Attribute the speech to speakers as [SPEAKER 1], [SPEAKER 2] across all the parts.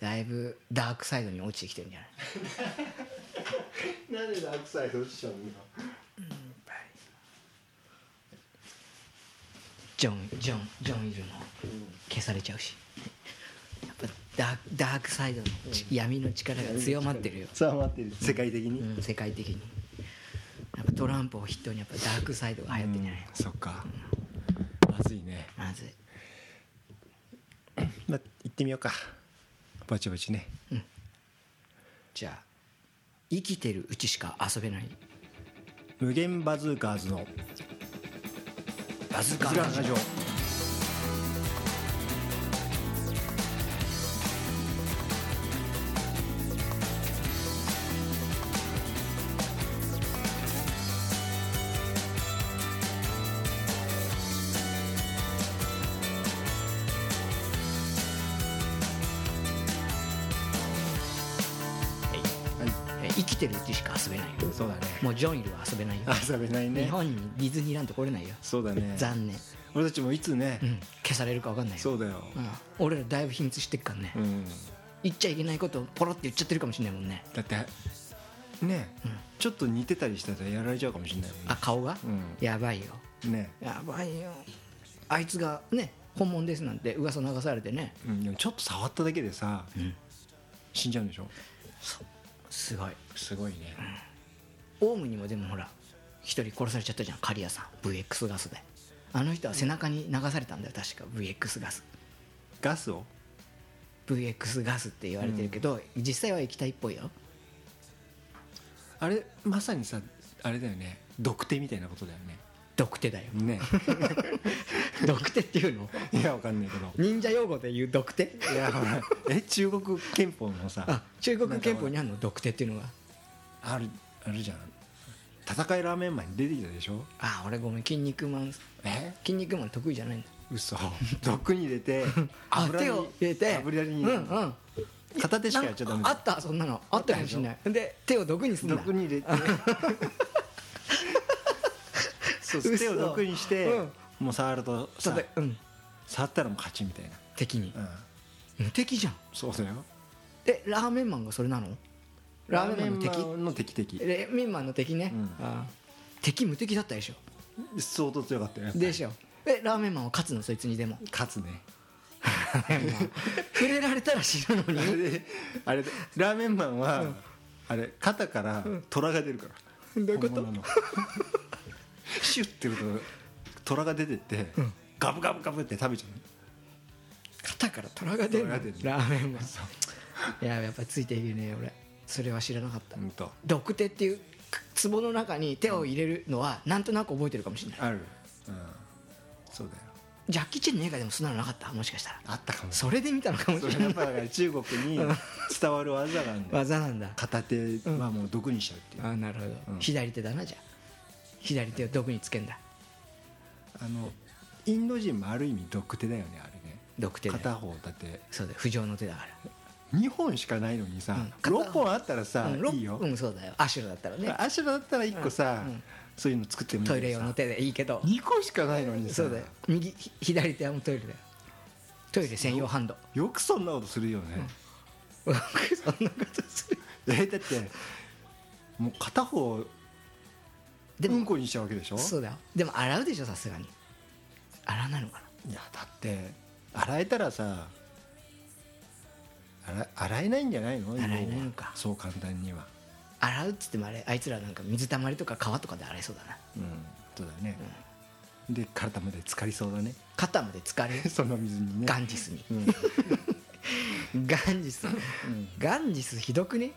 [SPEAKER 1] だいぶダークサイドに落ちてきてるんじゃない
[SPEAKER 2] なんでダークサイド落ちちゃうの
[SPEAKER 1] ジョンジョンジョンいるの消されちゃうしやっぱダークダークサイドのち闇の力が強まってるよ、
[SPEAKER 2] さあ待ってる世界的に、
[SPEAKER 1] うん、世界的にやっぱトランプを筆頭にやっぱダークサイドが流行ってんじゃない
[SPEAKER 3] そっかまずいね
[SPEAKER 1] まずい
[SPEAKER 3] まあ行ってみようかぼちぼちね
[SPEAKER 1] じゃあ生きてるうちしか遊べない
[SPEAKER 3] 無限バズーカーズの
[SPEAKER 1] バズーカ
[SPEAKER 3] ズラ
[SPEAKER 1] ラ
[SPEAKER 3] ラ
[SPEAKER 1] ジ
[SPEAKER 3] ジ
[SPEAKER 1] オ
[SPEAKER 3] オ
[SPEAKER 1] え生きてるうちしか遊べないよ
[SPEAKER 3] そうだね
[SPEAKER 1] もうジョンいるは遊べないよ
[SPEAKER 3] 遊べない
[SPEAKER 1] 日
[SPEAKER 3] ね
[SPEAKER 1] 本にディズニーランド来れないよ
[SPEAKER 3] そうだね
[SPEAKER 1] 残念、
[SPEAKER 3] 俺たちもいつね、
[SPEAKER 1] うん、消されるか分かんないよ
[SPEAKER 3] そうだよ
[SPEAKER 1] うん、俺らだいぶ秘密してっからね、
[SPEAKER 3] うん
[SPEAKER 1] 言っちゃいけないことをポロって言っちゃってるかもしれないもんね
[SPEAKER 3] だってね、ちょっと似てたりしたらやられちゃうかもしれないもんね
[SPEAKER 1] あ顔が、
[SPEAKER 3] うん
[SPEAKER 1] やばいよ
[SPEAKER 3] ね、
[SPEAKER 1] やばいよあいつがね本物ですなんて噂流されてね
[SPEAKER 3] うん、でもちょっと触っただけでさ、死んじゃうんでしょ
[SPEAKER 1] すごい
[SPEAKER 3] すごいね、
[SPEAKER 1] オウムにもでもほら一人殺されちゃったじゃん刈谷さん VX ガスであの人は背中に流されたんだよ確か VX ガス
[SPEAKER 3] ガスを
[SPEAKER 1] VX ガスって言われてるけど、実際は液体っぽいよ
[SPEAKER 3] あれまさにさあれだよね毒手みたいなことだよね
[SPEAKER 1] 毒手だよ
[SPEAKER 3] ね
[SPEAKER 1] 毒手っていうの
[SPEAKER 3] いやわかんないけど
[SPEAKER 1] 忍者用語で言う毒手
[SPEAKER 3] いやほらえ中国憲法の
[SPEAKER 1] あ
[SPEAKER 3] さ
[SPEAKER 1] 中国憲法にあるの毒手っていうのが
[SPEAKER 3] あるあるじゃん戦いラーメンマンに出てきたでしょ
[SPEAKER 1] あ俺ごめん筋肉マン
[SPEAKER 3] え
[SPEAKER 1] 筋肉マン得意じゃないんだ
[SPEAKER 3] 嘘毒に入れ て油
[SPEAKER 1] 手
[SPEAKER 3] に
[SPEAKER 1] を入れて
[SPEAKER 3] 油に
[SPEAKER 1] う
[SPEAKER 3] 入れ
[SPEAKER 1] ん
[SPEAKER 3] て、
[SPEAKER 1] うん
[SPEAKER 3] 片手しかやっちゃダメ
[SPEAKER 1] あったそんなのあったかもしれないで手を毒にすんだ
[SPEAKER 3] 毒に入れて そう
[SPEAKER 1] 嘘
[SPEAKER 3] 手を毒にして、
[SPEAKER 1] うん
[SPEAKER 3] もう触ると
[SPEAKER 1] た
[SPEAKER 3] さ
[SPEAKER 1] だうん
[SPEAKER 3] 触ったらもう勝ちみたい
[SPEAKER 1] 敵に
[SPEAKER 3] な、うん、
[SPEAKER 1] 無敵じゃん
[SPEAKER 3] そうだよ
[SPEAKER 1] えラーメンマンがそれなのラーメンマンの敵
[SPEAKER 3] ラーメンマンの敵敵
[SPEAKER 1] ラーメンマンの敵ね、
[SPEAKER 3] うん
[SPEAKER 1] あー敵無敵だったでしょ
[SPEAKER 3] 相当強かったよ
[SPEAKER 1] で
[SPEAKER 3] ょ
[SPEAKER 1] しょえラーメンマンは勝つのそいつにでも
[SPEAKER 3] 勝つね
[SPEAKER 1] 触れられたら死ぬの
[SPEAKER 3] あ
[SPEAKER 1] に
[SPEAKER 3] れであれでラーメンマンは、あれ肩から虎が出るから、
[SPEAKER 1] どういうこと
[SPEAKER 3] 本物の シュッてると虎が出てって、ガブガブガブって食べちゃ
[SPEAKER 1] 肩から虎が出るの
[SPEAKER 3] 虎が出る
[SPEAKER 1] ラーメンマンいややっぱりついているね俺それは知らなかった
[SPEAKER 3] ううんと
[SPEAKER 1] 毒手っていう壺の中に手を入れるのはなんとなく覚えてるかもしれない
[SPEAKER 3] ある、うん、そうだよ
[SPEAKER 1] ジャッキー・チェンの映画でもそんなのなかったもしかしたら
[SPEAKER 3] あったかも
[SPEAKER 1] それで見たのかも
[SPEAKER 3] そ
[SPEAKER 1] し
[SPEAKER 3] れ
[SPEAKER 1] れな
[SPEAKER 3] や
[SPEAKER 1] い
[SPEAKER 3] っぱだから中国に伝わる技があるんだよ
[SPEAKER 1] 技なんだ
[SPEAKER 3] 片手はもう毒にしちゃうっていう、
[SPEAKER 1] あなるほど、
[SPEAKER 3] うん
[SPEAKER 1] 左手だなじゃあ左手を毒につけんだ
[SPEAKER 3] あのインド人もある意味毒手だよねあれね
[SPEAKER 1] 毒手だよ
[SPEAKER 3] 片方だって
[SPEAKER 1] そうだよ不浄の手だか
[SPEAKER 3] 2本しかないのにさ、
[SPEAKER 1] うん片方
[SPEAKER 3] 六6本あったら
[SPEAKER 1] ら
[SPEAKER 3] さ、
[SPEAKER 1] うんろ
[SPEAKER 3] いいよ、
[SPEAKER 1] うんそうだよアシュラだったらね
[SPEAKER 3] アシュラだったら1個さ、
[SPEAKER 1] うんうん
[SPEAKER 3] そういうの作ってもいい
[SPEAKER 1] トイレ用の手でいいけど
[SPEAKER 3] 2個しかないのにさ
[SPEAKER 1] そうだよ右ひ左手はもうトイレだよトイレ専用ハンド
[SPEAKER 3] よくそんなことするよね、
[SPEAKER 1] そんなことする
[SPEAKER 3] えだってもう片方
[SPEAKER 1] で
[SPEAKER 3] う
[SPEAKER 1] も
[SPEAKER 3] んこにしちゃうわけでしょ
[SPEAKER 1] そうだよでも洗うでしょさすがに洗わないのか
[SPEAKER 3] いやだって洗えたらさ洗洗えないんじゃないの
[SPEAKER 1] 洗えない
[SPEAKER 3] 要は
[SPEAKER 1] のか
[SPEAKER 3] そう簡単には
[SPEAKER 1] な洗うっつってもあれあいつらなんか水たまりとか川とかで洗いそうだな
[SPEAKER 3] うんそうだね、で体まで浸かりそうだね
[SPEAKER 1] 肩まで浸かるよ
[SPEAKER 3] その水にね
[SPEAKER 1] ガンジスに
[SPEAKER 3] うん
[SPEAKER 1] ガンジスガンジスひどくね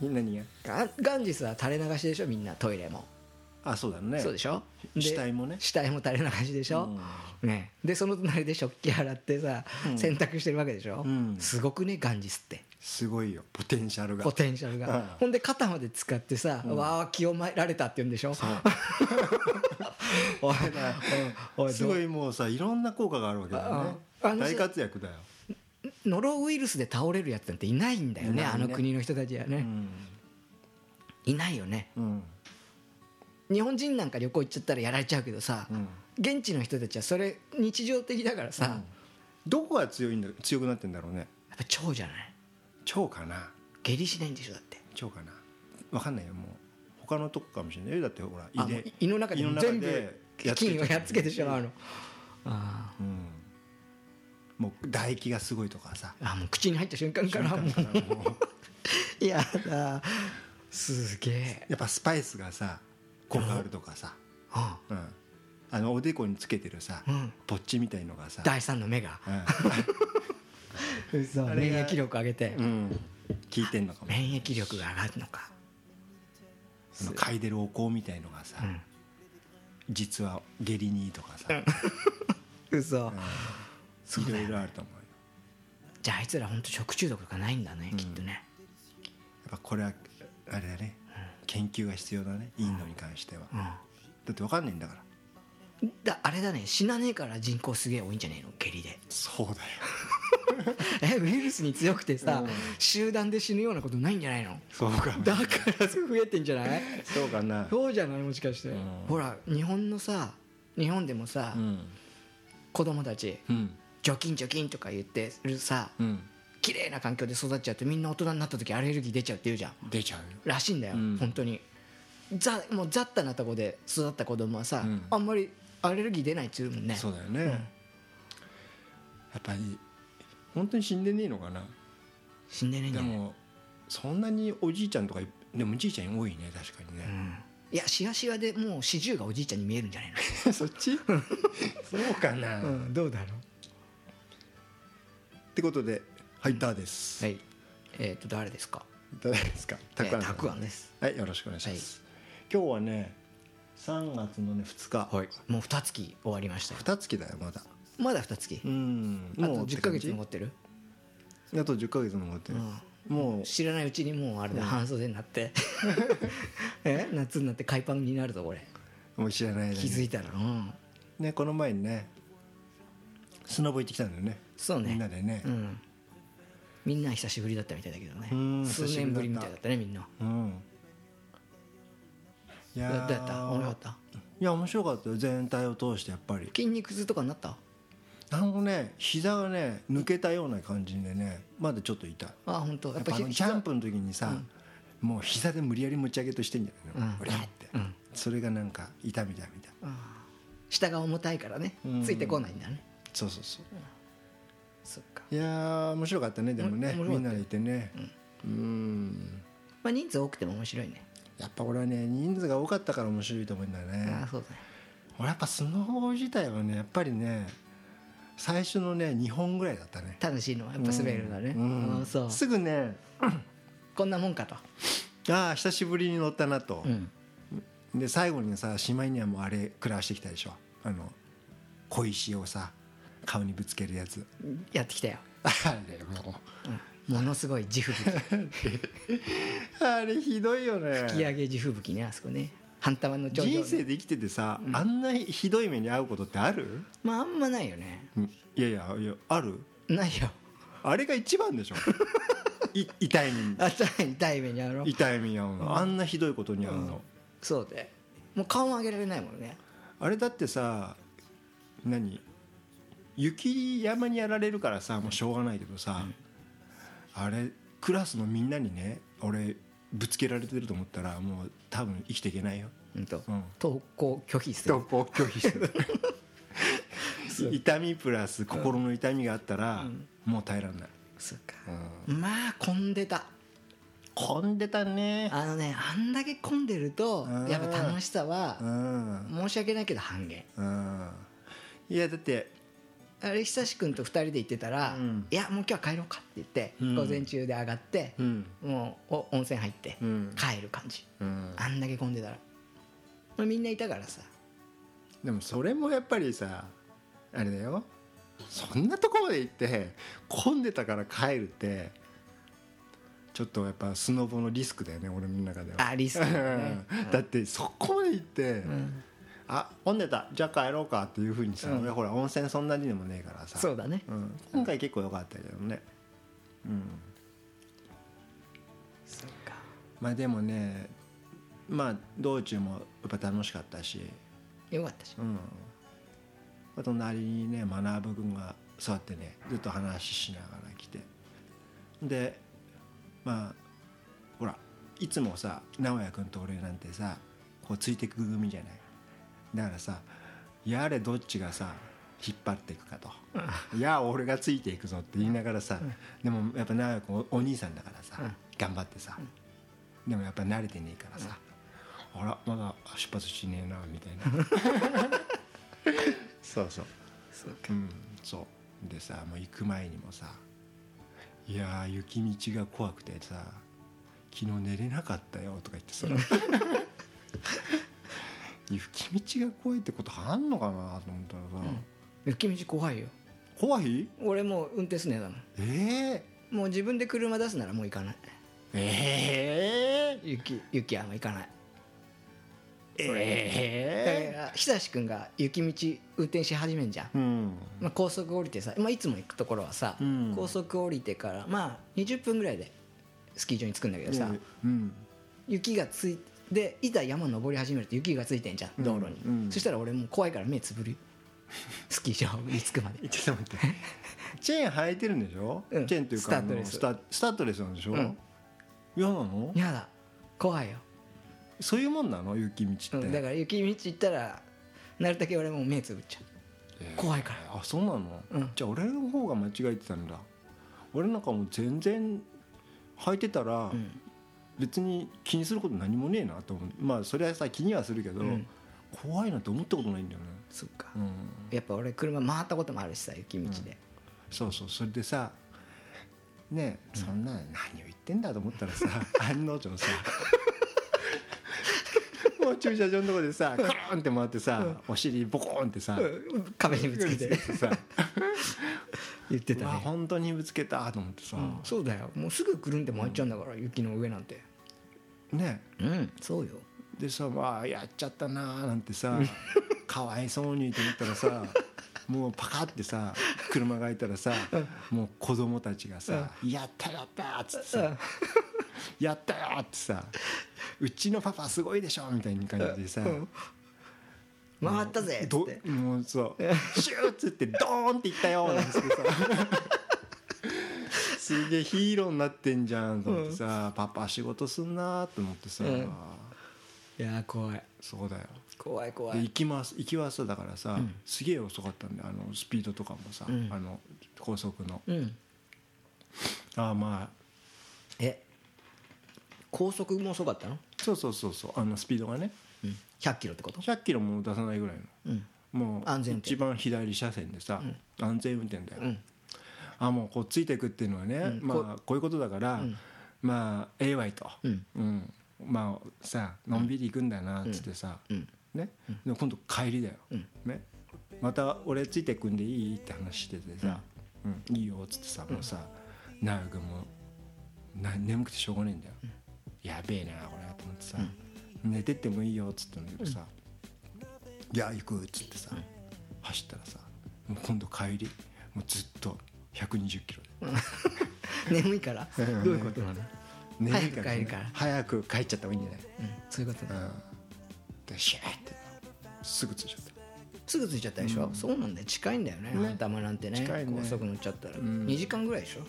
[SPEAKER 3] みんなに
[SPEAKER 1] ガンガンジスは垂れ流しでしょみんなトイレも、
[SPEAKER 3] あそうだね
[SPEAKER 1] そうでしょで
[SPEAKER 3] 死体もね
[SPEAKER 1] 死体も垂れ流しでしょ、ね、でその隣で食器洗ってさ、
[SPEAKER 3] うん
[SPEAKER 1] 洗濯してるわけでしょ、
[SPEAKER 3] うん
[SPEAKER 1] すごくねガンジスって
[SPEAKER 3] すごいよポテンシャルが
[SPEAKER 1] ポテンシャルが、
[SPEAKER 3] うん
[SPEAKER 1] ほんで肩まで使ってさ、わあ清められたって言うんでしょ おいおいおい
[SPEAKER 3] すごいもうさいろんな効果があるわけだよね
[SPEAKER 1] ああの
[SPEAKER 3] 大活躍だよ、
[SPEAKER 1] ノロウイルスで倒れるやつなんていないんだよね
[SPEAKER 3] いないね
[SPEAKER 1] あの国の人たちは
[SPEAKER 3] う
[SPEAKER 1] ね、
[SPEAKER 3] ん
[SPEAKER 1] いないよね
[SPEAKER 3] うん
[SPEAKER 1] 日本人なんか旅行行っちゃったらやられちゃうけどさ、
[SPEAKER 3] うん
[SPEAKER 1] 現地の人たちはそれ日常的だからさ、
[SPEAKER 3] どこが強いんだ強くなってんだろうね
[SPEAKER 1] やっぱ腸じゃない
[SPEAKER 3] 腸かな
[SPEAKER 1] 下痢しないんでしょだって
[SPEAKER 3] 腸かなわかんないよもう他のとこかもしれないよだってほら
[SPEAKER 1] あ
[SPEAKER 3] 胃
[SPEAKER 1] もう
[SPEAKER 3] で
[SPEAKER 1] 胃の中で
[SPEAKER 3] 胃の中
[SPEAKER 1] 全部
[SPEAKER 3] でやって
[SPEAKER 1] 菌を
[SPEAKER 3] る
[SPEAKER 1] やっつけてしまうのあ
[SPEAKER 3] うんもう唾液がすごいとかさ
[SPEAKER 1] ーあもう口に入った瞬間からも
[SPEAKER 3] 瞬間からもう
[SPEAKER 1] ういやだすげえ
[SPEAKER 3] やっぱスパイスがさ効果あるとかさ、
[SPEAKER 1] うん
[SPEAKER 3] うん、あのおでこにつけてるさ、
[SPEAKER 1] うん
[SPEAKER 3] ポッチみたいのがさ、
[SPEAKER 1] 第三の目が嘘
[SPEAKER 3] あれ
[SPEAKER 1] 免
[SPEAKER 3] が
[SPEAKER 1] 疫力上げて
[SPEAKER 3] うんうん、効いてんのかも
[SPEAKER 1] 免疫力が上がるのか
[SPEAKER 3] その嗅いでるお香みたいのがさ、
[SPEAKER 1] うん
[SPEAKER 3] 実は下痢にいいとかさ、
[SPEAKER 1] 嘘
[SPEAKER 3] うん、いろいろあると思うよ
[SPEAKER 1] じゃああいつら本当食中毒とかないんだね
[SPEAKER 3] うん
[SPEAKER 1] きっとね
[SPEAKER 3] やっぱこれはあれだね研究が必要だねインドに関しては、だ
[SPEAKER 1] う
[SPEAKER 3] って分かんないんだから
[SPEAKER 1] んだあれだね死なねえから人口すげえ多いんじゃねえの下痢で
[SPEAKER 3] そうだよ
[SPEAKER 1] えウイルスに強くてさ
[SPEAKER 3] うん
[SPEAKER 1] 集団で死ぬようなことないんじゃないの
[SPEAKER 3] そうか
[SPEAKER 1] だから増えてんじゃない
[SPEAKER 3] そうかな
[SPEAKER 1] そうじゃないもしかして
[SPEAKER 3] うん
[SPEAKER 1] ほら日本のさ日本でもさ
[SPEAKER 3] うん
[SPEAKER 1] 子供たち
[SPEAKER 3] うん
[SPEAKER 1] 除菌除菌とか言ってるさ
[SPEAKER 3] うん
[SPEAKER 1] 綺麗な環境で育っちゃうとみんな大人になった時アレルギー出ちゃうって言うじゃん
[SPEAKER 3] 出ちゃうよ
[SPEAKER 1] らしいんだよ、
[SPEAKER 3] うん
[SPEAKER 1] 本当にざもうざったなとこで育った子供はさ、
[SPEAKER 3] うん
[SPEAKER 1] あんまりアレルギー出ないっつうもんね
[SPEAKER 3] そうだよね、
[SPEAKER 1] ん
[SPEAKER 3] やっぱり本当に死んでねえのかな、
[SPEAKER 1] 死んでねえんじ
[SPEAKER 3] で
[SPEAKER 1] ゃない
[SPEAKER 3] もそんなにおじいちゃんとかいでもおじいちゃん多いね確かに
[SPEAKER 1] う
[SPEAKER 3] ね、
[SPEAKER 1] んいやしわしわでもう四十がおじいちゃんに見えるんじゃない
[SPEAKER 3] そっちそうかな、
[SPEAKER 1] の、
[SPEAKER 3] っ
[SPEAKER 1] ん、どうだろう
[SPEAKER 3] てことでハイターです、、
[SPEAKER 1] はいいえっ、と誰ですか
[SPEAKER 3] ただけですかた
[SPEAKER 1] え
[SPEAKER 3] くあ
[SPEAKER 1] ー
[SPEAKER 3] ん
[SPEAKER 1] たくあんです
[SPEAKER 3] はいよろしくお願いします、今日はね3月のね2日
[SPEAKER 1] はいもう二月終わりましたよ
[SPEAKER 3] 二月だよまだ
[SPEAKER 1] まだ二月
[SPEAKER 3] うん
[SPEAKER 1] あと十ヶ月残
[SPEAKER 3] も
[SPEAKER 1] ってる、
[SPEAKER 3] あと10ヶ月残ってる
[SPEAKER 1] うん
[SPEAKER 3] もう
[SPEAKER 1] 知らないうちにもうあれで
[SPEAKER 3] うん
[SPEAKER 1] 半袖にな って、え夏になって海パンになるぞこれ
[SPEAKER 3] もう知らない間に
[SPEAKER 1] 気づいたらうん
[SPEAKER 3] ねこの前にねスノボ行ってきたんだよね
[SPEAKER 1] そうね
[SPEAKER 3] みんなでね
[SPEAKER 1] うん、みんな久しぶりだったみたいだけど
[SPEAKER 3] うん
[SPEAKER 1] ね数年ぶりみたいだったねみんな
[SPEAKER 3] うんいや
[SPEAKER 1] どう
[SPEAKER 3] ー
[SPEAKER 1] やった面白かった
[SPEAKER 3] いや面白かったよ全体を通してやっぱり
[SPEAKER 1] 筋肉痛とかになった
[SPEAKER 3] なんかね膝がね抜けたような感じでねまだちょっと痛い
[SPEAKER 1] あ本当や
[SPEAKER 3] や
[SPEAKER 1] っ
[SPEAKER 3] っ
[SPEAKER 1] ぱ
[SPEAKER 3] ぱあ
[SPEAKER 1] ひ
[SPEAKER 3] のジャンプの時にさ、もう膝で無理やり持ち上げとしてんじゃないの
[SPEAKER 1] うん
[SPEAKER 3] ブリャって、
[SPEAKER 1] うん
[SPEAKER 3] それがなんか痛みだみたいな
[SPEAKER 1] あー下が重たいからね
[SPEAKER 3] うん
[SPEAKER 1] ついてこないんだね
[SPEAKER 3] そうそうそう
[SPEAKER 1] そっか、
[SPEAKER 3] いやー面白かったねでもね
[SPEAKER 1] お面白かった
[SPEAKER 3] みんなでいてねうん
[SPEAKER 1] まあ、人数多くても面白いね
[SPEAKER 3] やっぱ俺はね人数が多かったから面白いと思うんだよ
[SPEAKER 1] あ
[SPEAKER 3] ね
[SPEAKER 1] ーそうだね
[SPEAKER 3] 俺やっぱスノボ自体はねやっぱりね最初のね2本ぐらいだったね
[SPEAKER 1] 楽しいのはやっぱ滑るのがね、
[SPEAKER 3] う
[SPEAKER 1] あ
[SPEAKER 3] ん
[SPEAKER 1] ーそう
[SPEAKER 3] すぐね
[SPEAKER 1] こんなもんかと、
[SPEAKER 3] ああ久しぶりに乗ったなと
[SPEAKER 1] う、ん、
[SPEAKER 3] で最後にさしまいにはもうあれ食らわしてきたでしょあの小石をさ顔にぶつけるやつ
[SPEAKER 1] やってきたよ、
[SPEAKER 3] あれも
[SPEAKER 1] うんものすごい地吹雪
[SPEAKER 3] うあれひどいよね
[SPEAKER 1] 吹き上げ地吹雪ねあそこね半玉の頂上
[SPEAKER 3] 人生で生きててさ、あんなひどい目に遭うことってある、
[SPEAKER 1] まああんまないよね
[SPEAKER 3] いやいやいやある
[SPEAKER 1] ないよ
[SPEAKER 3] あれが一番 でしょい痛い目に
[SPEAKER 1] あ痛い目にあの
[SPEAKER 3] 痛い目に遭うのあんなひどいことに遭うの、
[SPEAKER 1] そうでもう顔も上げられないもんね
[SPEAKER 3] あれだってさ何雪山にやられるからさもうしょうがないけどさ、あれクラスのみんなにね俺ぶつけられてると思ったらもう多分生きていけないよ
[SPEAKER 1] うんと、
[SPEAKER 3] うん
[SPEAKER 1] 投稿拒否する
[SPEAKER 3] こを拒否して痛みプラス心の痛みがあったら、
[SPEAKER 1] うん
[SPEAKER 3] もう耐えられない、
[SPEAKER 1] そうかまあ混んでた
[SPEAKER 3] 混んでたね
[SPEAKER 1] あのねあんだけ混んでると
[SPEAKER 3] うん
[SPEAKER 1] やっぱ楽しさは
[SPEAKER 3] うん
[SPEAKER 1] 申し訳ないけど半減
[SPEAKER 3] うんいやだって
[SPEAKER 1] あれ久しくんと2人で行ってたら「
[SPEAKER 3] うん
[SPEAKER 1] いやもう今日は帰ろうか」って言って、
[SPEAKER 3] うん
[SPEAKER 1] 午前中で上がって、
[SPEAKER 3] うん
[SPEAKER 1] もうお温泉入って、
[SPEAKER 3] うん
[SPEAKER 1] 帰る感じ
[SPEAKER 3] うん
[SPEAKER 1] あんだけ混んでたらまあみんないたからさ
[SPEAKER 3] でもそれもやっぱりさあれだよそんなとこまで行って混んでたから帰るってちょっとやっぱスノボのリスクだよね俺の中では
[SPEAKER 1] あリスクだね
[SPEAKER 3] うん だってそこまで行って、
[SPEAKER 1] ん
[SPEAKER 3] あ混んでたじゃあ帰ろうかっていうふうにさ、
[SPEAKER 1] うん
[SPEAKER 3] 俺ほら温泉そんなにでもねえからさ
[SPEAKER 1] そうだね
[SPEAKER 3] うん、今回結構良かったけどねうん
[SPEAKER 1] そうか
[SPEAKER 3] まあでもねまあ道中もやっぱ楽しかったし
[SPEAKER 1] よかったし
[SPEAKER 3] うん、あと隣にね学君が座ってねずっと話ししながら来てでまあほらいつもさ直哉君と俺なんてさこうついてく組じゃないだからさやれどっちがさ引っ張っていくかと「やあ俺がついていくぞ」って言いながらさ、でもやっぱ直哉君おお兄さんだからさ、
[SPEAKER 1] うん
[SPEAKER 3] 頑張ってさ、でもやっぱ慣れてねえからさ、あらまだ出発しねえなみたいなそうそう
[SPEAKER 1] そうか
[SPEAKER 3] うん、そうでさもう行く前にもさ「いやー雪道が怖くてさ昨日寝れなかったよ」とか言ってさ 雪道が怖いってことあんのかなと思ったらさ、
[SPEAKER 1] 雪道怖いよ
[SPEAKER 3] 怖い
[SPEAKER 1] 俺もう運転すねえだもん
[SPEAKER 3] えー、
[SPEAKER 1] もう自分で車出すならもう行かない
[SPEAKER 3] えー、
[SPEAKER 1] 雪雪はあんま行かないだか
[SPEAKER 3] え
[SPEAKER 1] ら久志君が雪道運転し始めんじゃん
[SPEAKER 3] ー、うん
[SPEAKER 1] まあ、高速降りてさ、まあ、いつも行くところはさ、
[SPEAKER 3] うん
[SPEAKER 1] 高速降りてからまあ20分ぐらいでスキー場に着くんだけどさ、
[SPEAKER 3] うん
[SPEAKER 1] 雪がついでいざ山登り始めると雪がついてんじゃん道路に、
[SPEAKER 3] うんうん
[SPEAKER 1] そしたら俺もう怖いから目つぶる よスキー場に着くまで
[SPEAKER 3] ちょっと待って チェーン履いてるんでしょ、
[SPEAKER 1] うん
[SPEAKER 3] チェーンというか
[SPEAKER 1] スタッドレス
[SPEAKER 3] あのスタスタッドレスなんでしょ、
[SPEAKER 1] うん
[SPEAKER 3] 嫌なの
[SPEAKER 1] やだ怖いよ、
[SPEAKER 3] そういうもんなの雪道って、
[SPEAKER 1] うんだから雪道行ったらなるだけ俺もう目つぶっちゃ
[SPEAKER 3] えー
[SPEAKER 1] 怖いから
[SPEAKER 3] あそうなの、
[SPEAKER 1] うん
[SPEAKER 3] じゃあ俺の方が間違えてたんだ俺なんかもう全然履いてたら
[SPEAKER 1] う、うん
[SPEAKER 3] 別に気にすること何もねえなと思うまあそれはさ気にはするけど、
[SPEAKER 1] うん
[SPEAKER 3] 怖いなって思ったことないんだよね
[SPEAKER 1] そっか、
[SPEAKER 3] うん
[SPEAKER 1] やっぱ俺車回ったこともあるしさ雪道で、
[SPEAKER 3] そうそうそれでさねえそんな何を言ってんだと思った らさ案の定さもう駐車場のとこでさカーンって回ってさ、お尻ボコーンってさ、
[SPEAKER 1] うん壁にぶつけて
[SPEAKER 3] さ
[SPEAKER 1] 言って
[SPEAKER 3] う
[SPEAKER 1] た
[SPEAKER 3] わ
[SPEAKER 1] ね
[SPEAKER 3] 本当にぶつけたと思ってさ、
[SPEAKER 1] うんそうだよもうすぐくるんで回っちゃうんだから、雪の上なんて
[SPEAKER 3] ね
[SPEAKER 1] うんそうよ
[SPEAKER 3] でさまあやっちゃったなーなん てさかわいそうにと思ったらさもうパカってさ車が開いたらさもう子供たちがさ「やったやった!」っつってさ「やったよ!」ってさ「うちのパパすごいでしょ!」みたいな感じでさ
[SPEAKER 1] うん回ったぜっつっ
[SPEAKER 3] ど
[SPEAKER 1] て
[SPEAKER 3] もう そう「シュー!」っつってドーンっていったよなんつってさすげえヒーローになってんじゃんと思ってさ、パパ仕事すんなーと思ってさ、
[SPEAKER 1] うんいやー怖い
[SPEAKER 3] そうだよ
[SPEAKER 1] 怖い怖
[SPEAKER 3] で
[SPEAKER 1] い
[SPEAKER 3] 行きます行きはさだからさ、
[SPEAKER 1] ん
[SPEAKER 3] すげえ遅かったんであのスピードとかもさ、
[SPEAKER 1] うん
[SPEAKER 3] あの高速の
[SPEAKER 1] うん
[SPEAKER 3] ああま
[SPEAKER 1] え高速も遅かったの、
[SPEAKER 3] あそうそうそうそうあのスピードがね
[SPEAKER 1] うん、100キロってこと、
[SPEAKER 3] 100キロも出さないぐらい
[SPEAKER 1] うん
[SPEAKER 3] のもう
[SPEAKER 1] 安全運転
[SPEAKER 3] 一番左車線でさ、安全運転だよ、
[SPEAKER 1] うん
[SPEAKER 3] あもうこうついていくっていうのはね、
[SPEAKER 1] うん
[SPEAKER 3] まあこういうことだから、まあええわいと、
[SPEAKER 1] うん
[SPEAKER 3] うんまあさのんびり行くんだなっつってさ、
[SPEAKER 1] うん
[SPEAKER 3] ね、でも今度帰りだよ、
[SPEAKER 1] うん
[SPEAKER 3] ね、また俺ついてくんでいいって話しててさ「うんいいよ」っつってさもうさ直哉君もな眠くてしょうがねえんだよ、やべえなこれと思ってさ、寝てってもいいよっつったんだけどさ「いや行く」っつってさ、走ったらさもう今度帰りもうずっと120キロ で。
[SPEAKER 1] 眠いからどういうことなの、
[SPEAKER 3] 眠い
[SPEAKER 1] 早く帰るから
[SPEAKER 3] 早く帰っちゃった方がいいんじゃ
[SPEAKER 1] うん、そういうこと
[SPEAKER 3] な
[SPEAKER 1] だ
[SPEAKER 3] い、うん、でシューってすぐ着いちゃった
[SPEAKER 1] すぐ着いちゃったでしょ、そうなんだよ近いんだよね
[SPEAKER 3] ね
[SPEAKER 1] 頭なんてね
[SPEAKER 3] 近いね
[SPEAKER 1] 高速乗っちゃったら、
[SPEAKER 3] ん
[SPEAKER 1] 2時間ぐらいでしょ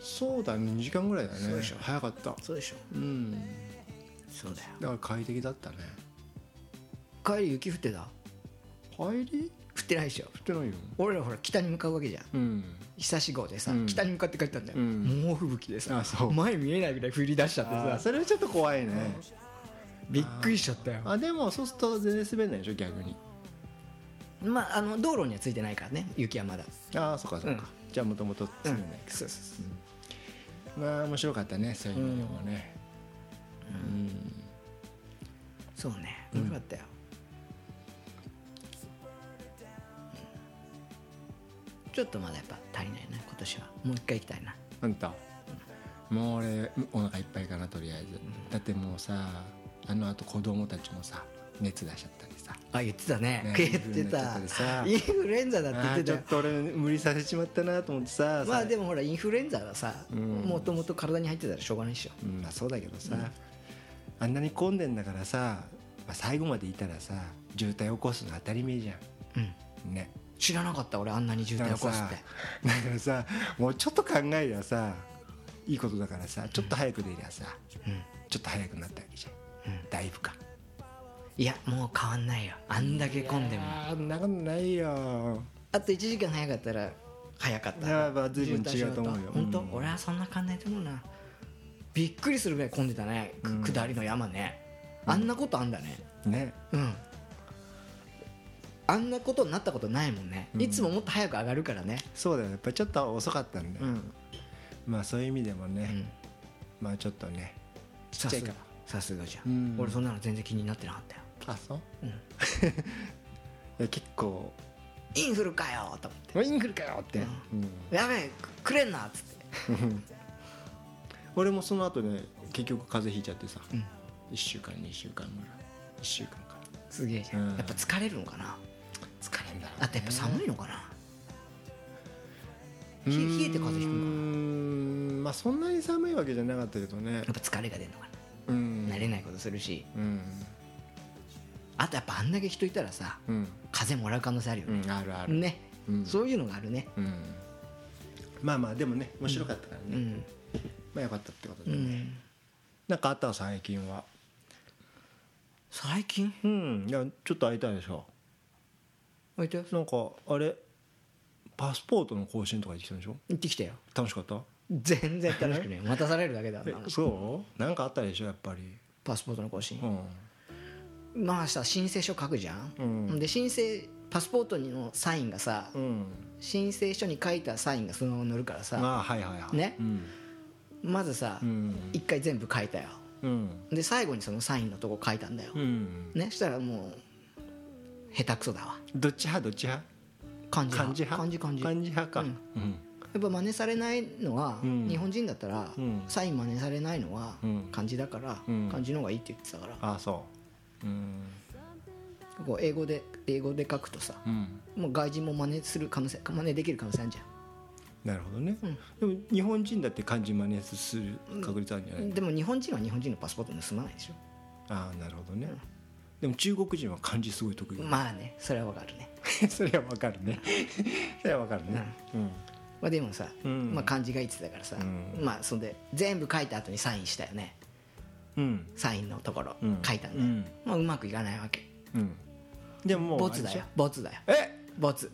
[SPEAKER 3] そうだね2時間ぐらいだね
[SPEAKER 1] そうでしょ
[SPEAKER 3] 早かった
[SPEAKER 1] そうでしょ
[SPEAKER 3] うん
[SPEAKER 1] そうだよ
[SPEAKER 3] だから快適だったね
[SPEAKER 1] 帰り雪降ってた
[SPEAKER 3] 帰り
[SPEAKER 1] 降ってないでしょ
[SPEAKER 3] 降ってないよ
[SPEAKER 1] 俺らほら北に向かうわけじゃん
[SPEAKER 3] うん
[SPEAKER 1] 久し号でさ、
[SPEAKER 3] うん
[SPEAKER 1] 北に向かって帰ったんだよ、
[SPEAKER 3] うん
[SPEAKER 1] 猛吹雪でさ
[SPEAKER 3] あそう
[SPEAKER 1] 前見えないぐらい降り出しちゃって
[SPEAKER 3] あ
[SPEAKER 1] さ
[SPEAKER 3] それはちょっと怖いね
[SPEAKER 1] びっくりしちゃったよ
[SPEAKER 3] あでもそうすると全然滑んないでしょ逆に
[SPEAKER 1] まああの道路にはついてないからね雪はまだ
[SPEAKER 3] ああそっかそっか、じゃあもともと
[SPEAKER 1] う
[SPEAKER 3] 滑
[SPEAKER 1] ん
[SPEAKER 3] んないか
[SPEAKER 1] そうそうそう
[SPEAKER 3] ら、まあ面白かったねそういうのもね
[SPEAKER 1] そうね面白かったよ、ちょっとまだやっぱ足りないな今年はもう一回行きたいな
[SPEAKER 3] あんたもう俺お腹いっぱいかなとりあえずだってもうさあのあと子供たちもさ熱出しちゃったりさ
[SPEAKER 1] あ言ってたね
[SPEAKER 3] ね
[SPEAKER 1] 言ってたイ
[SPEAKER 3] イ
[SPEAKER 1] ンフルエンザだって言
[SPEAKER 3] あ
[SPEAKER 1] っ
[SPEAKER 3] ー
[SPEAKER 1] て
[SPEAKER 3] ち
[SPEAKER 1] た
[SPEAKER 3] ょ
[SPEAKER 1] よ
[SPEAKER 3] っと俺無理させちまったなと思ってさ
[SPEAKER 1] まあで
[SPEAKER 3] も、
[SPEAKER 1] もほらインフルエンザはさ
[SPEAKER 3] ん
[SPEAKER 1] もともと体に入ってたらしょうがないでしょ
[SPEAKER 3] うんまあ、そうだけどさ、あんなに混んでんだからさ、まあ、最後までいたらさ渋滞起こすの当たり前じゃ
[SPEAKER 1] うん
[SPEAKER 3] んね
[SPEAKER 1] 知らなかった俺あんなに渋
[SPEAKER 3] だ
[SPEAKER 1] 滞
[SPEAKER 3] から
[SPEAKER 1] 起こすっ
[SPEAKER 3] さ
[SPEAKER 1] て
[SPEAKER 3] だからさもうちょっと考えりゃさいいことだからさちょっと早く出りゃさ、
[SPEAKER 1] うん
[SPEAKER 3] ちょっと早くなったわけじゃん、だいぶか
[SPEAKER 1] いやもう変わんないよあんだけ混んでも
[SPEAKER 3] あーんなことないよ
[SPEAKER 1] あと1時間早かったら早かった
[SPEAKER 3] やっぱ随分違うと思うよ
[SPEAKER 1] 本当、
[SPEAKER 3] うん
[SPEAKER 1] 俺はそんな感じないと思うなびっくりするぐらい混んでたね、く
[SPEAKER 3] うん
[SPEAKER 1] 下りの山ねあんなことあんだね
[SPEAKER 3] ね
[SPEAKER 1] うんあんなことになったことないもんね、
[SPEAKER 3] うん
[SPEAKER 1] いつももっと早く上がるからね
[SPEAKER 3] そうだよやっぱりちょっと遅かったんだよ、
[SPEAKER 1] ん、
[SPEAKER 3] まあそういう意味でも
[SPEAKER 1] う
[SPEAKER 3] ね、
[SPEAKER 1] ん、
[SPEAKER 3] まあちょっとね
[SPEAKER 1] さ
[SPEAKER 3] ちゃ
[SPEAKER 1] す
[SPEAKER 3] いか
[SPEAKER 1] が
[SPEAKER 3] ら
[SPEAKER 1] さすがじゃん、
[SPEAKER 3] うん
[SPEAKER 1] 俺そんなの全然気になってなかったよ
[SPEAKER 3] あそう、
[SPEAKER 1] うん
[SPEAKER 3] いや結構
[SPEAKER 1] インフルかよと思って
[SPEAKER 3] 「インフルかよ!」って、うん
[SPEAKER 1] やべえくくれんなっつって
[SPEAKER 3] 俺もその後ね結局風邪ひいちゃってさ、
[SPEAKER 1] うん
[SPEAKER 3] 1週間2週間ぐらい1週間か
[SPEAKER 1] すげえじゃん、
[SPEAKER 3] うん
[SPEAKER 1] やっぱ疲れるのかな
[SPEAKER 3] 疲れんだろうね
[SPEAKER 1] あとやっぱ寒いのかな、冷え
[SPEAKER 3] うーん
[SPEAKER 1] 冷えて風邪ひくのかな
[SPEAKER 3] うーんまあそんなに寒いわけじゃなかったけどね
[SPEAKER 1] やっぱ疲れが出るのか
[SPEAKER 3] うん
[SPEAKER 1] な慣れないことするし
[SPEAKER 3] うん
[SPEAKER 1] あとやっぱあんだけ人いたらさ
[SPEAKER 3] うん、
[SPEAKER 1] 風邪もらう可能性あるよ
[SPEAKER 3] う
[SPEAKER 1] ね、
[SPEAKER 3] ん、あるある、
[SPEAKER 1] ね、
[SPEAKER 3] うん
[SPEAKER 1] そういうのがあるね
[SPEAKER 3] うん、まあまあでもね面白かったからね、
[SPEAKER 1] うん、
[SPEAKER 3] まあよかったってこと
[SPEAKER 1] う
[SPEAKER 3] でね、
[SPEAKER 1] ん、
[SPEAKER 3] なんかあった最近は
[SPEAKER 1] 最近
[SPEAKER 3] うんいやちょっと会いたいでしょ
[SPEAKER 1] あいたよ
[SPEAKER 3] なんかあれパスポートの更新とか行ってきたんでしょ
[SPEAKER 1] 行ってきたよ
[SPEAKER 3] 楽しかった
[SPEAKER 1] 全然楽しくね待たされるだけだ あんなの
[SPEAKER 3] そうなんかあったでしょやっぱり
[SPEAKER 1] パスポートの更新
[SPEAKER 3] う、ん
[SPEAKER 1] まあさ申請書書くじゃん、
[SPEAKER 3] うん
[SPEAKER 1] で申請パスポートにのサインがさ、
[SPEAKER 3] うん
[SPEAKER 1] 申請書に書いたサインがそのまま載るからさ
[SPEAKER 3] ああはいはいはい
[SPEAKER 1] ね
[SPEAKER 3] うん
[SPEAKER 1] まずさ、
[SPEAKER 3] うん
[SPEAKER 1] 一回全部書いたよ
[SPEAKER 3] うん
[SPEAKER 1] で最後にそのサインのとこ書いたんだよ、
[SPEAKER 3] うん
[SPEAKER 1] ねしたらもう下手くそだわ
[SPEAKER 3] どっち派どっち派
[SPEAKER 1] 漢字
[SPEAKER 3] 漢字
[SPEAKER 1] 派
[SPEAKER 3] 派
[SPEAKER 1] 漢字漢字
[SPEAKER 3] 漢字派か
[SPEAKER 1] う
[SPEAKER 3] うんん
[SPEAKER 1] やっぱ真似されないのは、
[SPEAKER 3] うん
[SPEAKER 1] 日本人だったら、
[SPEAKER 3] うん
[SPEAKER 1] サイン真似されないのは
[SPEAKER 3] うん
[SPEAKER 1] 漢字だから、
[SPEAKER 3] うん
[SPEAKER 1] 漢字の方がいいって言ってたから、
[SPEAKER 3] ああそううん
[SPEAKER 1] こう英語で英語で書くとさ
[SPEAKER 3] うん
[SPEAKER 1] もう外人も真似する可能性真似できる可能性あるじ
[SPEAKER 3] なるほどね
[SPEAKER 1] うん
[SPEAKER 3] でも日本人だって漢字真似する確率あるんじゃ
[SPEAKER 1] ゃ
[SPEAKER 3] ない
[SPEAKER 1] んでも日本人は日本人のパスポート盗まないでしょ
[SPEAKER 3] ああなるほどねでも中国人は漢字すごい得意
[SPEAKER 1] まあねそれはわかるね、
[SPEAKER 3] それはわか るねそれはわかるねうん
[SPEAKER 1] まあ、でもさ、
[SPEAKER 3] うん
[SPEAKER 1] まあ、漢字がいいって言ってたからさ、
[SPEAKER 3] うん
[SPEAKER 1] まあそんで全部書いた後にサインしたよね
[SPEAKER 3] うん
[SPEAKER 1] サインのところ
[SPEAKER 3] うん
[SPEAKER 1] 書いたんだよ、
[SPEAKER 3] うん
[SPEAKER 1] まあ、うまくいかないわけ
[SPEAKER 3] うんでももう
[SPEAKER 1] ボツだ
[SPEAKER 3] あれ
[SPEAKER 1] よボツだよ
[SPEAKER 3] でしょえ
[SPEAKER 1] ボツ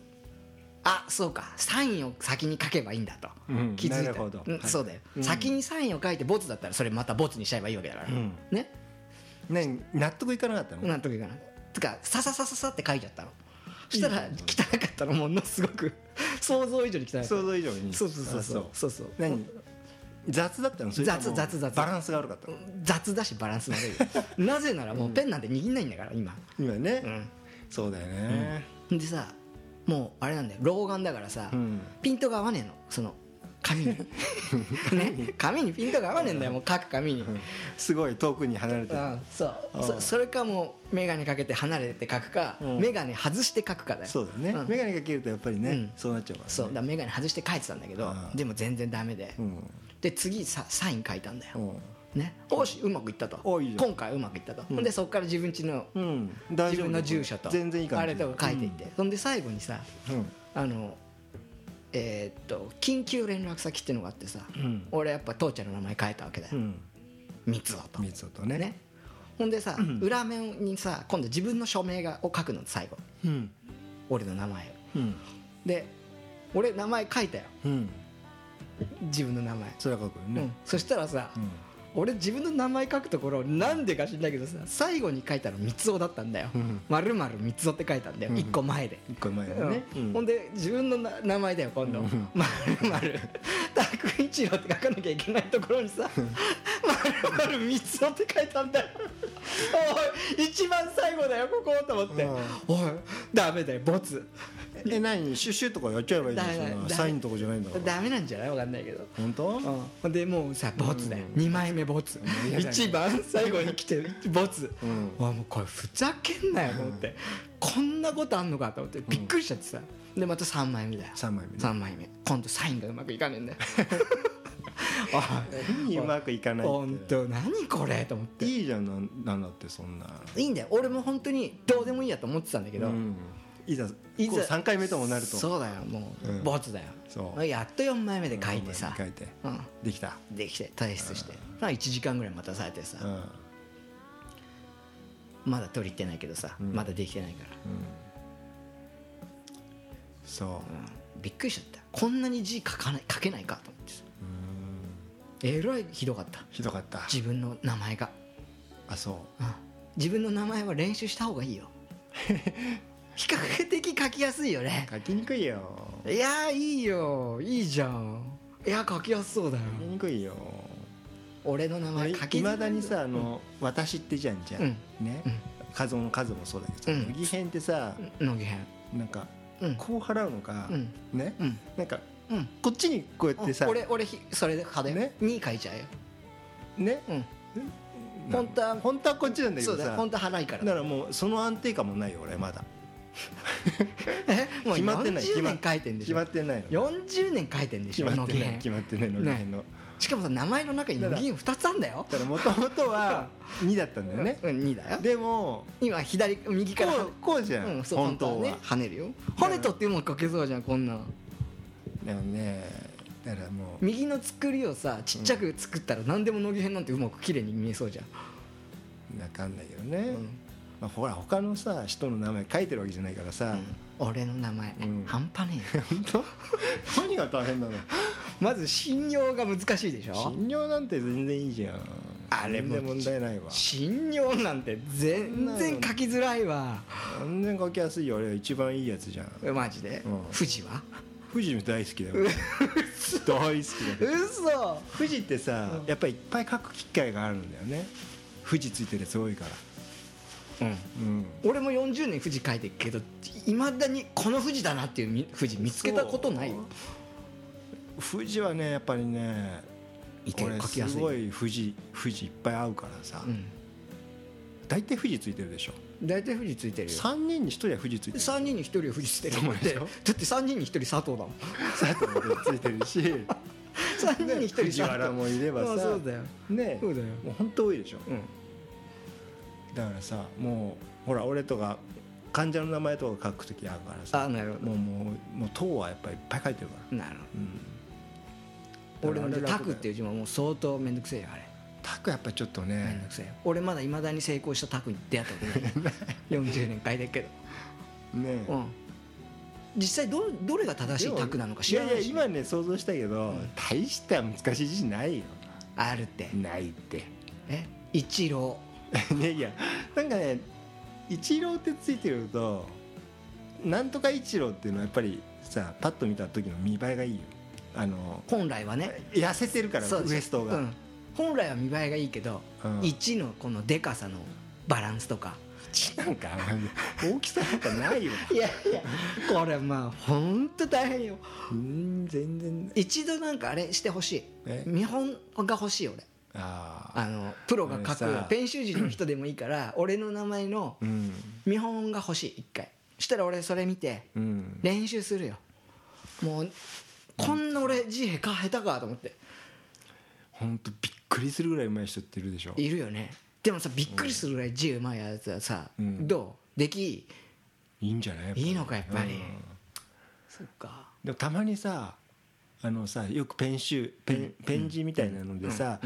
[SPEAKER 1] あそうかサインを先に書けばいいんだと、
[SPEAKER 3] うん
[SPEAKER 1] 気づいた
[SPEAKER 3] なるほど
[SPEAKER 1] うん
[SPEAKER 3] はい
[SPEAKER 1] そうだよ、
[SPEAKER 3] うん
[SPEAKER 1] 先にサインを書いてボツだったらそれまたボツにしちゃえばいいわけだから、
[SPEAKER 3] うん
[SPEAKER 1] ね
[SPEAKER 3] 何納得いかなかったの
[SPEAKER 1] なんとかいかないつかさささささって書いちゃったのそしたら汚かったのものすごく想像以上に汚い
[SPEAKER 3] 想像以上に
[SPEAKER 1] そうそうそうそう
[SPEAKER 3] あ
[SPEAKER 1] そうそう
[SPEAKER 3] 何雑だったのそれとも
[SPEAKER 1] 雑雑雑
[SPEAKER 3] バランスが悪かったの
[SPEAKER 1] 雑だしバランス悪 いよなぜならもうペンなんて握んないんだから今、
[SPEAKER 3] 今ね
[SPEAKER 1] うん
[SPEAKER 3] そうだよね
[SPEAKER 1] でさもうあれなんだよ老眼だからさ、
[SPEAKER 3] うん
[SPEAKER 1] ピントが合わねえのその 紙にね紙にピントが合わねえんだよもう書く紙に、
[SPEAKER 3] すごい遠くに離れてる
[SPEAKER 1] あそう
[SPEAKER 3] う
[SPEAKER 1] そ
[SPEAKER 3] ん
[SPEAKER 1] それかもう眼鏡かけて離れて書くか、
[SPEAKER 3] うん
[SPEAKER 1] 眼鏡外して書くかだよ
[SPEAKER 3] そうだね
[SPEAKER 1] ん
[SPEAKER 3] 眼鏡かけるとやっぱりね、
[SPEAKER 1] うん
[SPEAKER 3] そうなっちゃうから、ね、
[SPEAKER 1] そうだから眼鏡外して書いてたんだけど
[SPEAKER 3] うん
[SPEAKER 1] でも全然ダメで、
[SPEAKER 3] うん
[SPEAKER 1] で次さサイン書いたんだよ、
[SPEAKER 3] うん
[SPEAKER 1] ねおしうまくいったと
[SPEAKER 3] おいいじゃん
[SPEAKER 1] 今回うまくいったと、
[SPEAKER 3] うん
[SPEAKER 1] でそこから自分家の、
[SPEAKER 3] うん、大
[SPEAKER 1] 自
[SPEAKER 3] 丈夫
[SPEAKER 1] 分の住所と
[SPEAKER 3] 全然いい感じ
[SPEAKER 1] あれとか書いていって、そんで最後にさ
[SPEAKER 3] うん
[SPEAKER 1] あのえーっと緊急連絡先っていうのがあってさ、
[SPEAKER 3] うん
[SPEAKER 1] 俺やっぱ父ちゃんの名前変えたわけだ
[SPEAKER 3] う
[SPEAKER 1] よ、
[SPEAKER 3] ん
[SPEAKER 1] 三つ男と
[SPEAKER 3] 三つとね
[SPEAKER 1] ねほんでさ、裏面にさ今度自分の署名がを書くの最後
[SPEAKER 3] うん
[SPEAKER 1] 俺の名前を
[SPEAKER 3] うん
[SPEAKER 1] で俺名前書いたよ
[SPEAKER 3] うん
[SPEAKER 1] 自分の名前、
[SPEAKER 3] それは書くよ
[SPEAKER 1] う
[SPEAKER 3] ね
[SPEAKER 1] ん、そしたらさ、
[SPEAKER 3] うん、
[SPEAKER 1] 俺自分の名前書くところなんでか知んないけどさ最後に書いたの三つ男だったんだよ
[SPEAKER 3] うん
[SPEAKER 1] 「まるまる三つ男」って書いたんだよ
[SPEAKER 3] うん
[SPEAKER 1] 一個前で。
[SPEAKER 3] 一個前だね、
[SPEAKER 1] う
[SPEAKER 3] うんん
[SPEAKER 1] ほんで自分のな名前だよ今度「まる まる拓一郎」って書かなきゃいけないところにさ「まるまる三つって書いたんだよおい一番最後だよここと思って
[SPEAKER 3] うん
[SPEAKER 1] 「おいダメだよボツ
[SPEAKER 3] え何シュッシュとかやっちゃえばいいじゃん
[SPEAKER 1] だ
[SPEAKER 3] そ
[SPEAKER 1] だ
[SPEAKER 3] んな
[SPEAKER 1] だ
[SPEAKER 3] サインとかじゃないんだから
[SPEAKER 1] ダメなんじゃないわかんないけど」
[SPEAKER 3] 本当、
[SPEAKER 1] うんほんでもうさボツだよ2枚目ボツ
[SPEAKER 3] ん嫌だね
[SPEAKER 1] 一番最後に来てボツ
[SPEAKER 3] うん
[SPEAKER 1] わもうこれふざけんなよと思ってこんなことあんのかと思ってびっくりしちゃってさでまた3枚目だよ
[SPEAKER 3] 三枚目ね
[SPEAKER 1] 3枚目今度サインがうまくいかねえん だよ
[SPEAKER 3] いいうまくいかない
[SPEAKER 1] 本
[SPEAKER 3] って
[SPEAKER 1] 当何これと思ってい
[SPEAKER 3] いいじゃんなんなんだってそんない
[SPEAKER 1] んだよ俺も本当にどうでもいいやと思ってたんだけど、
[SPEAKER 3] うんいざ
[SPEAKER 1] いざ
[SPEAKER 3] こう3回目ともなると
[SPEAKER 1] そうだよもう、
[SPEAKER 3] うん
[SPEAKER 1] ボツだよ
[SPEAKER 3] そう
[SPEAKER 1] やっと4枚目で書いてさ、
[SPEAKER 3] 書いて
[SPEAKER 1] うん、
[SPEAKER 3] できた
[SPEAKER 1] できて退出して、まあ1時間ぐらい待たされてさ、
[SPEAKER 3] うん
[SPEAKER 1] まだ取り行ってないけどさ、
[SPEAKER 3] ん
[SPEAKER 1] まだできてないから、
[SPEAKER 3] そ
[SPEAKER 1] うんびっくりしちゃったこんなに字書かない書けないかと思ってさ
[SPEAKER 3] ううん
[SPEAKER 1] えらいひどかった
[SPEAKER 3] ひどかった
[SPEAKER 1] 自分の名前が、
[SPEAKER 3] あそう
[SPEAKER 1] うん自分の名前は練習した方がいい よ比較的書きやすいよね
[SPEAKER 3] 書きにくいよ
[SPEAKER 1] いやーいいよいいじゃんいや書きやすそうだよ
[SPEAKER 3] 書きにくいよ
[SPEAKER 1] 俺の名前書き
[SPEAKER 3] いまだにさあの「私」ってじゃんじゃん
[SPEAKER 1] うん
[SPEAKER 3] ね
[SPEAKER 1] うん
[SPEAKER 3] 数の数もそうだけど
[SPEAKER 1] うん
[SPEAKER 3] さ右辺ってさ
[SPEAKER 1] のぎへん
[SPEAKER 3] なんか
[SPEAKER 1] うん
[SPEAKER 3] こう払うのか
[SPEAKER 1] うん
[SPEAKER 3] ね
[SPEAKER 1] うん
[SPEAKER 3] なんか
[SPEAKER 1] うん
[SPEAKER 3] こっちにこうやってさ
[SPEAKER 1] 俺俺ひそれで派手
[SPEAKER 3] ね
[SPEAKER 1] に書いちゃうよ
[SPEAKER 3] ね
[SPEAKER 1] うん
[SPEAKER 3] な
[SPEAKER 1] 本当は
[SPEAKER 3] 本当はこっちなんだけ
[SPEAKER 1] そ
[SPEAKER 3] ど
[SPEAKER 1] うだよ
[SPEAKER 3] さ
[SPEAKER 1] 本当は払いから
[SPEAKER 3] だからもうその安定感もないよ俺まだ
[SPEAKER 1] えもう
[SPEAKER 3] 決まってない
[SPEAKER 1] 40年書いてんでし
[SPEAKER 3] 決ま
[SPEAKER 1] ょ
[SPEAKER 3] ってないの
[SPEAKER 1] 40年書いてんでし
[SPEAKER 3] 決
[SPEAKER 1] ょ
[SPEAKER 3] ま
[SPEAKER 1] の
[SPEAKER 3] っ
[SPEAKER 1] ぎ
[SPEAKER 3] てな
[SPEAKER 1] へ
[SPEAKER 3] い
[SPEAKER 1] ん
[SPEAKER 3] 決まってないの右辺の
[SPEAKER 1] しかもさ名前の中にのぎへん2つあんだよ
[SPEAKER 3] だからもともとは2 だったんだよね
[SPEAKER 1] うん2だよ
[SPEAKER 3] でも
[SPEAKER 1] 今左右
[SPEAKER 3] こ
[SPEAKER 1] から
[SPEAKER 3] うこうじゃ
[SPEAKER 1] うんんそう
[SPEAKER 3] 本
[SPEAKER 1] 本当は
[SPEAKER 3] 当
[SPEAKER 1] ね
[SPEAKER 3] は
[SPEAKER 1] 跳ねるよ跳ねとってうまく書けそうじゃんこんなん
[SPEAKER 3] でもねだからもう
[SPEAKER 1] 右の作りをさちっちゃく作ったら何でものぎへんなんてうまく綺麗に見えそうじゃん
[SPEAKER 3] 分かんないけどね、
[SPEAKER 1] うん
[SPEAKER 3] まあ、ほら他のさ人の名前書いてるわけじゃないからさ、
[SPEAKER 1] 俺の名前
[SPEAKER 3] うん
[SPEAKER 1] 半端ねえよ
[SPEAKER 3] 本当何が大変な の
[SPEAKER 1] まず信用が難しいでしょ
[SPEAKER 3] 診療なんて全然いいじゃん
[SPEAKER 1] あれ
[SPEAKER 3] 全
[SPEAKER 1] も
[SPEAKER 3] 然問題ないわ
[SPEAKER 1] 信用なんて全然書きづらいわ
[SPEAKER 3] 全然書きやすいよ俺は一番いいやつじゃん
[SPEAKER 1] マジで
[SPEAKER 3] うん
[SPEAKER 1] 富士は
[SPEAKER 3] 富士も大好きだよ大好きだよ
[SPEAKER 1] 嘘
[SPEAKER 3] 富士ってさ
[SPEAKER 1] うん
[SPEAKER 3] やっぱりいっぱい書く機会があるんだよね富士ついてるやつ多いからうん
[SPEAKER 1] 俺も40年富士書いてるけどいまだにこの富士だなっていうみ富士見つけたことないよ
[SPEAKER 3] 富士はねやっぱりね
[SPEAKER 1] いて
[SPEAKER 3] 俺
[SPEAKER 1] 書きや
[SPEAKER 3] す
[SPEAKER 1] すい
[SPEAKER 3] ごい富士富士いっぱい合うからさ
[SPEAKER 1] うん
[SPEAKER 3] 大体富士ついてるでしょ
[SPEAKER 1] 大体富士ついてるよ
[SPEAKER 3] 3人に1人は富士ついてる
[SPEAKER 1] 3人に1人は富士ついてるもんだっ
[SPEAKER 3] そうで
[SPEAKER 1] て
[SPEAKER 3] し
[SPEAKER 1] だっ
[SPEAKER 3] ょ
[SPEAKER 1] て3人に1人佐藤だも ん
[SPEAKER 3] 佐藤もついてるし
[SPEAKER 1] 3人に1人佐藤
[SPEAKER 3] 藤原もいれば
[SPEAKER 1] あ
[SPEAKER 3] さ
[SPEAKER 1] そうだよ
[SPEAKER 3] ね
[SPEAKER 1] そうだよ
[SPEAKER 3] もう本当多いでしょ
[SPEAKER 1] うん
[SPEAKER 3] だからさもうほら俺とか患者の名前とか書く時あるから
[SPEAKER 1] あ
[SPEAKER 3] さ
[SPEAKER 1] なるほ
[SPEAKER 3] もうもうもう党はやっぱりいっぱい書いてるから
[SPEAKER 1] どなるほど俺
[SPEAKER 3] 俺
[SPEAKER 1] の「
[SPEAKER 3] の
[SPEAKER 1] タク」っ
[SPEAKER 3] って
[SPEAKER 1] てい
[SPEAKER 3] い
[SPEAKER 1] うう字ももう相当面倒くせえよあれ
[SPEAKER 3] タクやっぱちょっと
[SPEAKER 1] 面倒
[SPEAKER 3] ね
[SPEAKER 1] くせえよ俺まだいまだに成功したタクに出会ったこと ない40年書いてるけ
[SPEAKER 3] ね
[SPEAKER 1] ど、うん、実際どどれが正しいタクなのか知らない
[SPEAKER 3] や
[SPEAKER 1] い
[SPEAKER 3] い
[SPEAKER 1] し
[SPEAKER 3] や今ね想像したけど大した難しい字ないよ
[SPEAKER 1] あるって
[SPEAKER 3] ないって
[SPEAKER 1] え一郎
[SPEAKER 3] ねいやなんかね一郎ってついてるとなんとか一郎っていうのはやっぱりさパッと見た時の見栄えがいいよあの
[SPEAKER 1] 本来はね
[SPEAKER 3] 痩せてるから
[SPEAKER 1] そうで
[SPEAKER 3] ウ
[SPEAKER 1] す
[SPEAKER 3] エスト
[SPEAKER 1] う
[SPEAKER 3] が
[SPEAKER 1] ん、本来は見栄えがいいけど、
[SPEAKER 3] うん
[SPEAKER 1] 一のこのでかさのバランスとか
[SPEAKER 3] ちなんか 大きさなんかないよ
[SPEAKER 1] いやいやこれまあ本当大変よ
[SPEAKER 3] うん全然ない
[SPEAKER 1] 一度なんかあれしてほし
[SPEAKER 3] え
[SPEAKER 1] い見本が欲しい俺
[SPEAKER 3] ああ
[SPEAKER 1] あのプロが書
[SPEAKER 3] 俺さ
[SPEAKER 1] く編集時の人でもいいから俺の名前の
[SPEAKER 3] うん
[SPEAKER 1] 見本が欲しい一回したら俺それ見て
[SPEAKER 3] うん
[SPEAKER 1] 練習するよもうこんな俺字下手下手かと思って
[SPEAKER 3] 本当びっくりするぐらいうまい人っているでしょ
[SPEAKER 1] いるよねでもさびっくりするぐらい字うまいやつはさ、
[SPEAKER 3] うん
[SPEAKER 1] どうでき
[SPEAKER 3] いいんじゃないやっぱり
[SPEAKER 1] いいのかやっぱり
[SPEAKER 3] うん
[SPEAKER 1] そっか
[SPEAKER 3] でもたまにさあのさよくペン集ペン,、ペン字みたいなのでさ、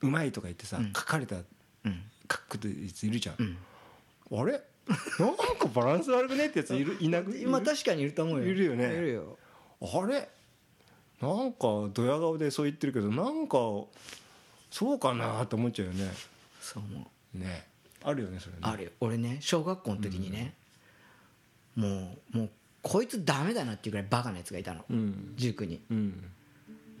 [SPEAKER 3] うまいとか言ってさ、書かれた
[SPEAKER 1] うん
[SPEAKER 3] 書くってやついるじゃん、
[SPEAKER 1] うん
[SPEAKER 3] あれ なんかバランス悪くねってやついるいなくいる
[SPEAKER 1] 今確かにいると思うよ
[SPEAKER 3] いるよね
[SPEAKER 1] いるよ
[SPEAKER 3] あれなんかドヤ顔でそう言ってるけどなんかそうかなと思っちゃうよね
[SPEAKER 1] そう思う
[SPEAKER 3] ねあるよねそれね
[SPEAKER 1] あるよ俺ね小学校の時にね、もうもうこいつダメだなっていうぐらいバカなやつがいたの、
[SPEAKER 3] うん
[SPEAKER 1] 塾に
[SPEAKER 3] うん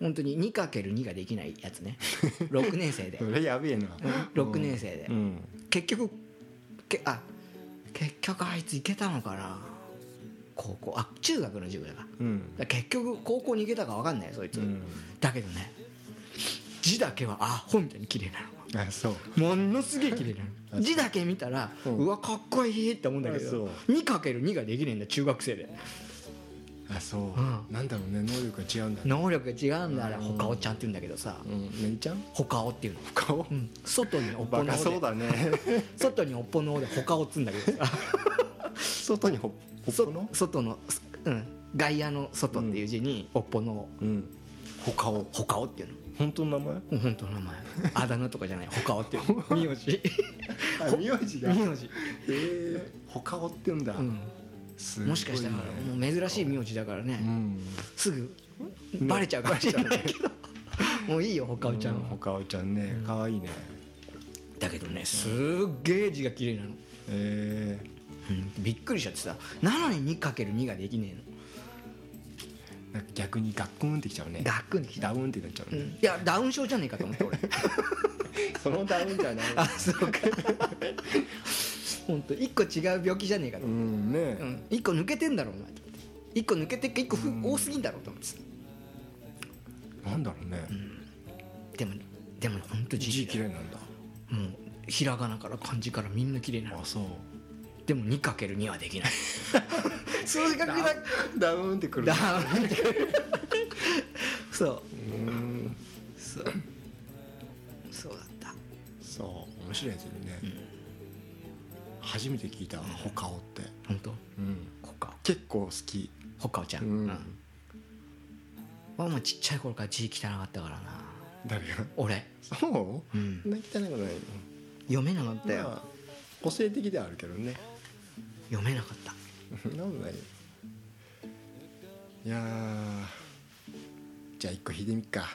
[SPEAKER 1] 本当に 2×2 ができないやつ ね6年生で
[SPEAKER 3] それやべえな
[SPEAKER 1] 6年生で、
[SPEAKER 3] うん
[SPEAKER 1] 結局けあ結局あいつ行けたのかな高校あ中学の塾だからだか
[SPEAKER 3] うん
[SPEAKER 1] ら結局高校に行けたか分かんないよそいつ、
[SPEAKER 3] うん
[SPEAKER 1] だけどね字だけはアホみたいに綺麗なの
[SPEAKER 3] あそう
[SPEAKER 1] ものすげえ綺麗なの字だけ見たら、
[SPEAKER 3] う
[SPEAKER 1] うんわかっこいいって思うんだけ
[SPEAKER 3] あそ
[SPEAKER 1] ど
[SPEAKER 3] う
[SPEAKER 1] 2×2 ができねえんだ中学生で
[SPEAKER 3] あそう、
[SPEAKER 1] う
[SPEAKER 3] なんだろうね能力が違うんだね
[SPEAKER 1] 能力が違うんだあれ
[SPEAKER 3] うん
[SPEAKER 1] ほかおちゃんって言うんだけどさ
[SPEAKER 3] うん何ちゃん
[SPEAKER 1] ほかおっていうの、
[SPEAKER 3] 顔
[SPEAKER 1] うん、外におっぽ
[SPEAKER 3] バ
[SPEAKER 1] の
[SPEAKER 3] カそ
[SPEAKER 1] 尾
[SPEAKER 3] う
[SPEAKER 1] で
[SPEAKER 3] だね
[SPEAKER 1] 外におっぽの尾でほかおっつうんだけどさ
[SPEAKER 3] 外にほっぽの
[SPEAKER 1] そ外の、うん、外野の外っていう字におっぽの
[SPEAKER 3] うん
[SPEAKER 1] ほかおほかおっていうの
[SPEAKER 3] 本当の名前
[SPEAKER 1] うん本当の名前あだ名とかじゃないほかおって いう名字
[SPEAKER 3] あ名字が
[SPEAKER 1] 名字、
[SPEAKER 3] ええほかおって言うんだ、
[SPEAKER 1] うん、
[SPEAKER 3] すごいね
[SPEAKER 1] もしかしたらもう珍しい名字だからね、
[SPEAKER 3] うん
[SPEAKER 1] すぐバレちゃうかもしれないけど、 もういいよほかおちゃん
[SPEAKER 3] ほ
[SPEAKER 1] は、
[SPEAKER 3] かおちゃんね可愛いね
[SPEAKER 1] だけどねすっげえ字が綺麗なの、
[SPEAKER 3] え
[SPEAKER 1] びっくりしちゃってさなのに 2×2 ができね
[SPEAKER 3] えなんか逆にガッコンってきちゃう
[SPEAKER 1] え
[SPEAKER 3] ね
[SPEAKER 1] のガクンってきた、
[SPEAKER 3] ダウンってなっちゃう
[SPEAKER 1] うん
[SPEAKER 3] ね
[SPEAKER 1] いやダウン症じゃねえかと思 って俺
[SPEAKER 3] そのダウンじゃない
[SPEAKER 1] あそうか本当一個違う病気じゃねえかと
[SPEAKER 3] う
[SPEAKER 1] 思っ
[SPEAKER 3] んね
[SPEAKER 1] て、うん一個抜けてんだろお前と思って一個抜けてっか一個ふ
[SPEAKER 3] うん
[SPEAKER 1] 多すぎんだろうと思ってさ
[SPEAKER 3] なんだろうね
[SPEAKER 1] でもでも本当
[SPEAKER 3] 字
[SPEAKER 1] 字
[SPEAKER 3] 綺
[SPEAKER 1] 綺麗
[SPEAKER 3] 麗なんだ
[SPEAKER 1] もうひらがなから漢字からみんな綺麗なの
[SPEAKER 3] あそう
[SPEAKER 1] でも 2×2 はできない 数学だ
[SPEAKER 3] ダウンってくる
[SPEAKER 1] ダウンってくるそう
[SPEAKER 3] うん
[SPEAKER 1] そうそうだった
[SPEAKER 3] そう面白いやついるね初めて聞いたほかおって
[SPEAKER 1] 本当
[SPEAKER 3] うん
[SPEAKER 1] ほか
[SPEAKER 3] 結構好き
[SPEAKER 1] ほかおちゃん、
[SPEAKER 3] う
[SPEAKER 1] うん
[SPEAKER 3] ん
[SPEAKER 1] 俺もちっちゃい頃から字汚かったからな
[SPEAKER 3] 誰が
[SPEAKER 1] 俺、、
[SPEAKER 3] そううんな汚くないよ
[SPEAKER 1] 読めなかったよ、
[SPEAKER 3] まあ個性的ではあるけどね
[SPEAKER 1] 読めなかった
[SPEAKER 3] そんなことないよいやーじゃあ一個引いてみっか